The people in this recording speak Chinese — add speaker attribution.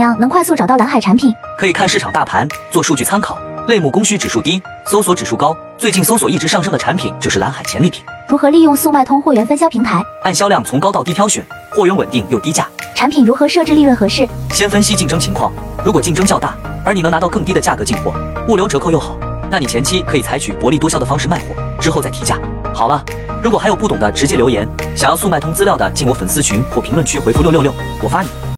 Speaker 1: 样能快速找到蓝海产品？
Speaker 2: 可以看市场大盘做数据参考，类目供需指数低，搜索指数高。最近搜索一直上升的产品就是蓝海潜力品。
Speaker 1: 如何利用速卖通货源分销平台？
Speaker 2: 按销量从高到低挑选，货源稳定又低价。
Speaker 1: 产品如何设置利润合适？
Speaker 2: 先分析竞争情况，如果竞争较大，而你能拿到更低的价格进货，物流折扣又好，那你前期可以采取薄利多销的方式卖货，之后再提价。好了，如果还有不懂的，直接留言。想要速卖通资料的，进我粉丝群或评论区回复六六六，我发你。